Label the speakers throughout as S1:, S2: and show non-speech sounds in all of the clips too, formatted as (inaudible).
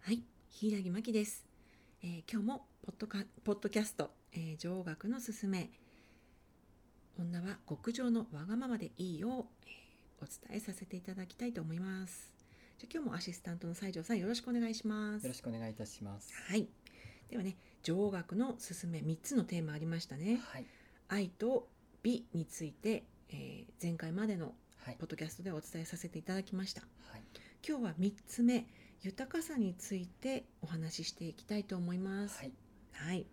S1: はい、柊木真希です、えー今日もポッドカポッドキャスト、えー女王学のすすめ女は極上のわがままでいいよを、えーお伝えさせていただきたいと思いますじゃあ今日もアシスタントの西条さんよろしくお願いします
S2: よろしくお願いいたします
S1: はい、ではね女王学のすすめ3つのテーマありましたね
S2: はい
S1: 愛と美について、えー前回までの
S2: はい
S1: ポッドキャストでお伝えさせていただきました
S2: はい
S1: 今日は3つ目豊かさについてお話ししていきたいと思います
S2: は。い
S1: はい、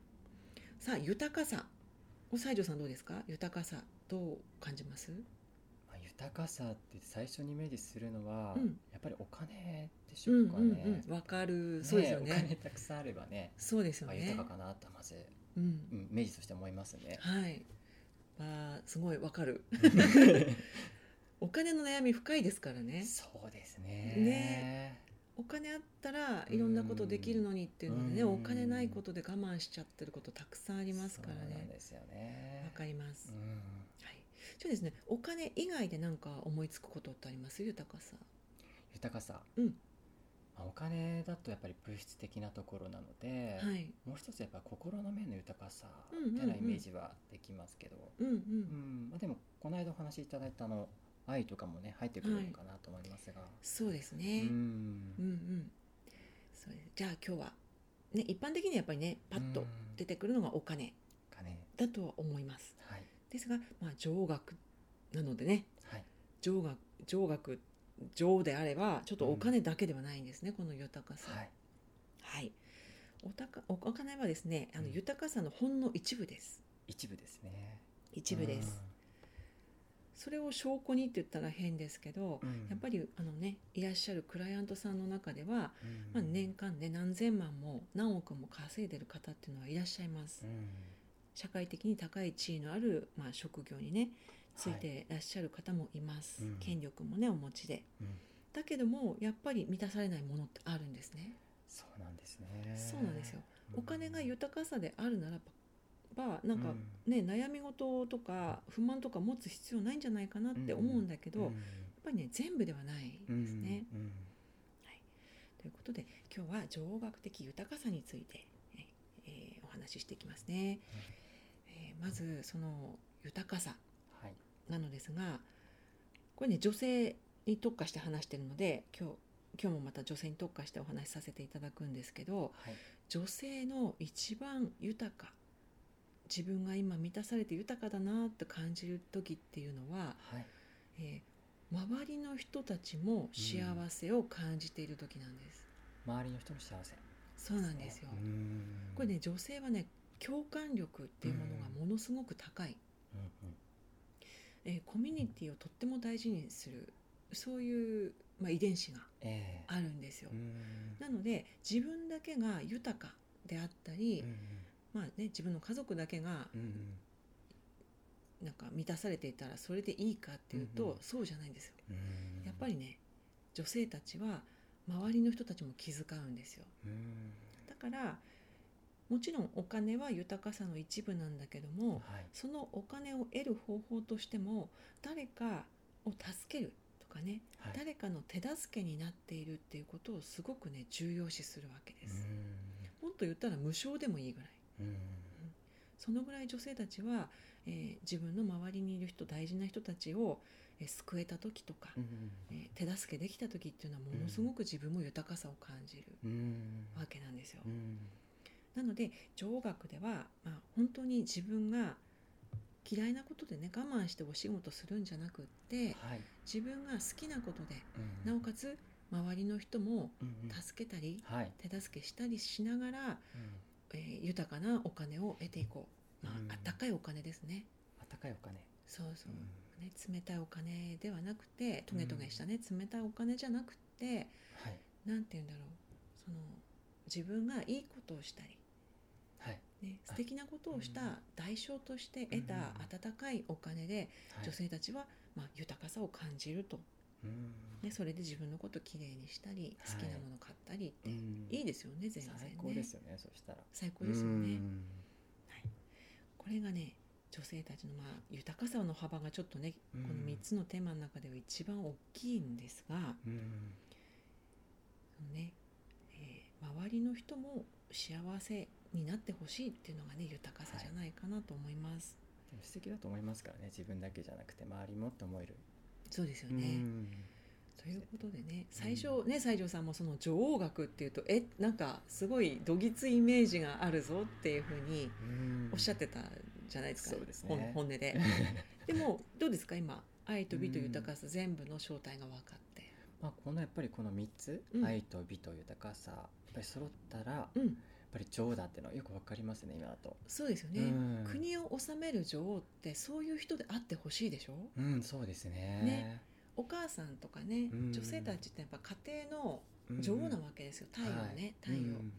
S1: さあ豊かさを西条さんどうですか豊かさどう感じます
S2: まあ、豊かさって最初にイメージするのは、
S1: うん
S2: やっぱりお金でし
S1: う
S2: ょ
S1: ん
S2: う
S1: う
S2: かね。
S1: んうんわかる、そうですよ
S2: お金
S1: ね
S2: たくさんあればね、
S1: そうですよ
S2: まあ、
S1: ね
S2: 豊かかなとまず、
S1: うん
S2: うん、イメージとして思いますね。
S1: はいまあすごいわかるお金の悩み深いですからね
S2: (laughs) そうですね。
S1: ねお金あったらいろんなことできるのにっていうのでね
S2: うん
S1: お金ないことで我慢しちゃってることたくさんあ
S2: あ
S1: りますから
S2: そうなん
S1: ね
S2: ですよね。
S1: わかります、
S2: うん。
S1: はい、そうですね。お金以外でなんか思いつくことってあります？豊かさ。
S2: 豊かさ。
S1: うん
S2: まあ、お金だとやっぱり物質的なところなので、
S1: はい。
S2: もう一つやっぱ心の面の豊かさ
S1: うんうんうん
S2: みたいなイメージはできますけど、
S1: うんう
S2: うん
S1: ん。
S2: まあ、でもこの間お話しいただいたあの愛とかもね入ってくるのかなと思いますが、
S1: そうです
S2: う
S1: ね。
S2: ん
S1: うんうん。そうですじゃあ今日はね一般的にやっぱりねパッ
S2: う
S1: と
S2: ん
S1: 出てくるのがお金
S2: かね
S1: だとは思います。
S2: はい
S1: ですがまあ上学なのでね
S2: はい
S1: 上学上学上であればちょっとお金だけではないんですね、この豊かさ。
S2: はい
S1: はい。おたかお金はですねあ
S2: う
S1: の
S2: ん
S1: 豊かさのほんの一部です。
S2: 一部ですね
S1: 一部です。それを証拠にって言ったら変ですけど、
S2: うん、うん
S1: やっぱりあのねいらっしゃるクライアントさんの中では、
S2: うん
S1: まあ、年間で何千万も何億も稼いでる方っていうのはいらっしゃいます
S2: うん
S1: 社会的に高い地位のある、まあ、職業にねついてらっしゃる方もいます、
S2: はいうん
S1: 権力もねお持ちで
S2: うん
S1: だけどもやっぱり満たされないものってあるんですね
S2: そうなんですね
S1: そうなんですよ
S2: うん
S1: お金が豊かさであるならばなんかね、悩み事とか不満とか持つ必要ないんじゃないかなって思うんだけど、
S2: うん
S1: やっぱりね全部ではない
S2: うん
S1: ですね、
S2: うんうん
S1: ということで今日は情学的豊かさについて、ええーお話ししていきますね、えーまずその豊かさ
S2: はい
S1: なのですがこれね女性に特化して話してるので今日今日もまた女性に特化してお話しさせていただくんですけど
S2: はい
S1: 女性の一番豊か自分が今満たされて豊かだなって感じる時っていうのは、
S2: はい
S1: えー周りの人たちも幸せを感じている時なんです、
S2: 周りの人の幸せ
S1: そうなんですよ、
S2: うん
S1: これね女性はね共感力っていうものがものすごく高い、
S2: うん
S1: えーコミュニティをとっても大事にするそういう、まあ、遺伝子が
S2: うんええ
S1: あるんですよ、
S2: うん
S1: なので自分だけが豊かであったり、
S2: うん
S1: まあね、自分の家族だけが
S2: うんうん
S1: なんか満たされていたらそれでいいかっていうと、
S2: うんうん
S1: そうじゃないんですよ
S2: うん
S1: やっぱりね女性たちは周りの人たちも気遣うんですよ
S2: うん
S1: だからもちろんお金は豊かさの一部なんだけども、
S2: はい
S1: そのお金を得る方法としても誰かを助けるとかね、
S2: はい
S1: 誰かの手助けになっているっていうことをすごくね重要視するわけです、もっと言ったら無償でもいいぐらい
S2: うんうん
S1: そのぐらい女性たちは、えー自分の周りにいる人大事な人たちを、えー救えた時とか、
S2: うん
S1: えー手助けできた時っていうのはものすごく自分も豊かさを感じる
S2: うん
S1: わけなんですよ、
S2: うん
S1: なので情学では、まあ、本当に自分が嫌いなことでね我慢してお仕事するんじゃなくって
S2: はい
S1: 自分が好きなことで
S2: うん
S1: なおかつ周りの人も
S2: うんうん
S1: 助けたり
S2: はい
S1: 手助けしたりしながら、えー豊かなお金を得ていこう、まあ
S2: うん
S1: あったかいお金ですね
S2: あったかいお金
S1: そうそうう、
S2: ん
S1: ね、冷たいお金ではなくてトゲトゲしたね冷たいお金じゃなくって
S2: はい
S1: なんて言うんだろうその自分がいいことをしたり、
S2: はい
S1: ね、素敵なことをし
S2: うん
S1: た代償として得
S2: うん
S1: た温かいお金で
S2: はい
S1: 女性たちはまあ豊かさを感じると、
S2: うん
S1: ね、それで自分のことをきれいにしたり
S2: はい
S1: 好きなもの買ったりって、
S2: うん
S1: いいですよね全然ね
S2: 最高ですよねそしたら
S1: 最高ですよ
S2: う
S1: ね
S2: ん
S1: これがね女性たちのまあ豊かさの幅がちょっとねこの
S2: うん
S1: 3つのテーマの中では一番大きいんですが、
S2: うん
S1: ねえー周りの人も幸せになってほしいっていうのがね豊かさじゃないかなと思います、
S2: でも素敵だと思いますからね自分だけじゃなくて周りもって思える、
S1: そうですよ
S2: う
S1: ね、
S2: ん
S1: ということでね
S2: うん
S1: 最初ね西条さんもその女王学っていうとえなんかすごいどぎついイメージがあるぞっていうふうに
S2: うん
S1: おっしゃってたじゃないですか、
S2: そうですね
S1: ほん本音
S2: (laughs)
S1: ででもどうですか今愛と美と豊かさ全部の正体が分かって
S2: まあ、このやっぱりこの3つ、
S1: うん
S2: 愛と美と豊かさやっぱり揃ったらやっ
S1: うん
S2: ぱり女王だっていうのはよくわかりますね今だと、
S1: そうですよね、
S2: うん
S1: 国を治める女王ってそういう人であってほしいでしょ
S2: うんそうですね
S1: ねお母さんとかね、
S2: うん
S1: 女性たちってやっぱ家庭の
S2: うん
S1: 女王なわけですよ、太陽
S2: は
S1: ね、
S2: い
S1: 太陽、
S2: うん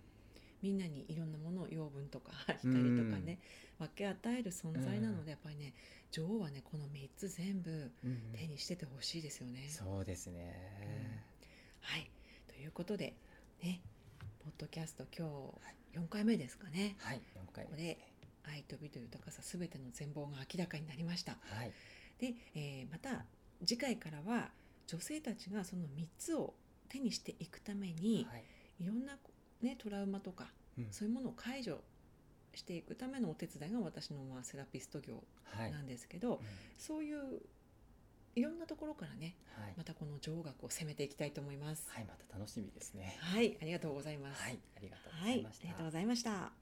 S1: みんなにいろんなものを養
S2: (laughs)
S1: 分とか光とかね、分け与える存在なので、やっぱりね女王はねこの3つ全部
S2: うん
S1: 手にしててほしいですよね。
S2: そうですね、
S1: はいということでねポッドキャスト今日4回目ですかね
S2: はい4回目ですね
S1: 「愛と美と豊かさ全ての全貌が明らかになりました」
S2: はい
S1: で、えーまた次回からは女性たちがその3つを手にしていくために、
S2: はい、
S1: いろんな、ね、トラウマとか
S2: うん
S1: そういうものを解除していくためのお手伝いが私のまあセラピスト業
S2: はい、
S1: なんですけど、
S2: うん
S1: そういういろんなところからね
S2: はい
S1: またこの上学を攻めていきたいと思います。
S2: はい、また楽しみですね
S1: はい、ありがとうございます。
S2: はいありがとうご
S1: は
S2: ざい
S1: い
S2: まし
S1: あり
S2: た、
S1: がとうございました。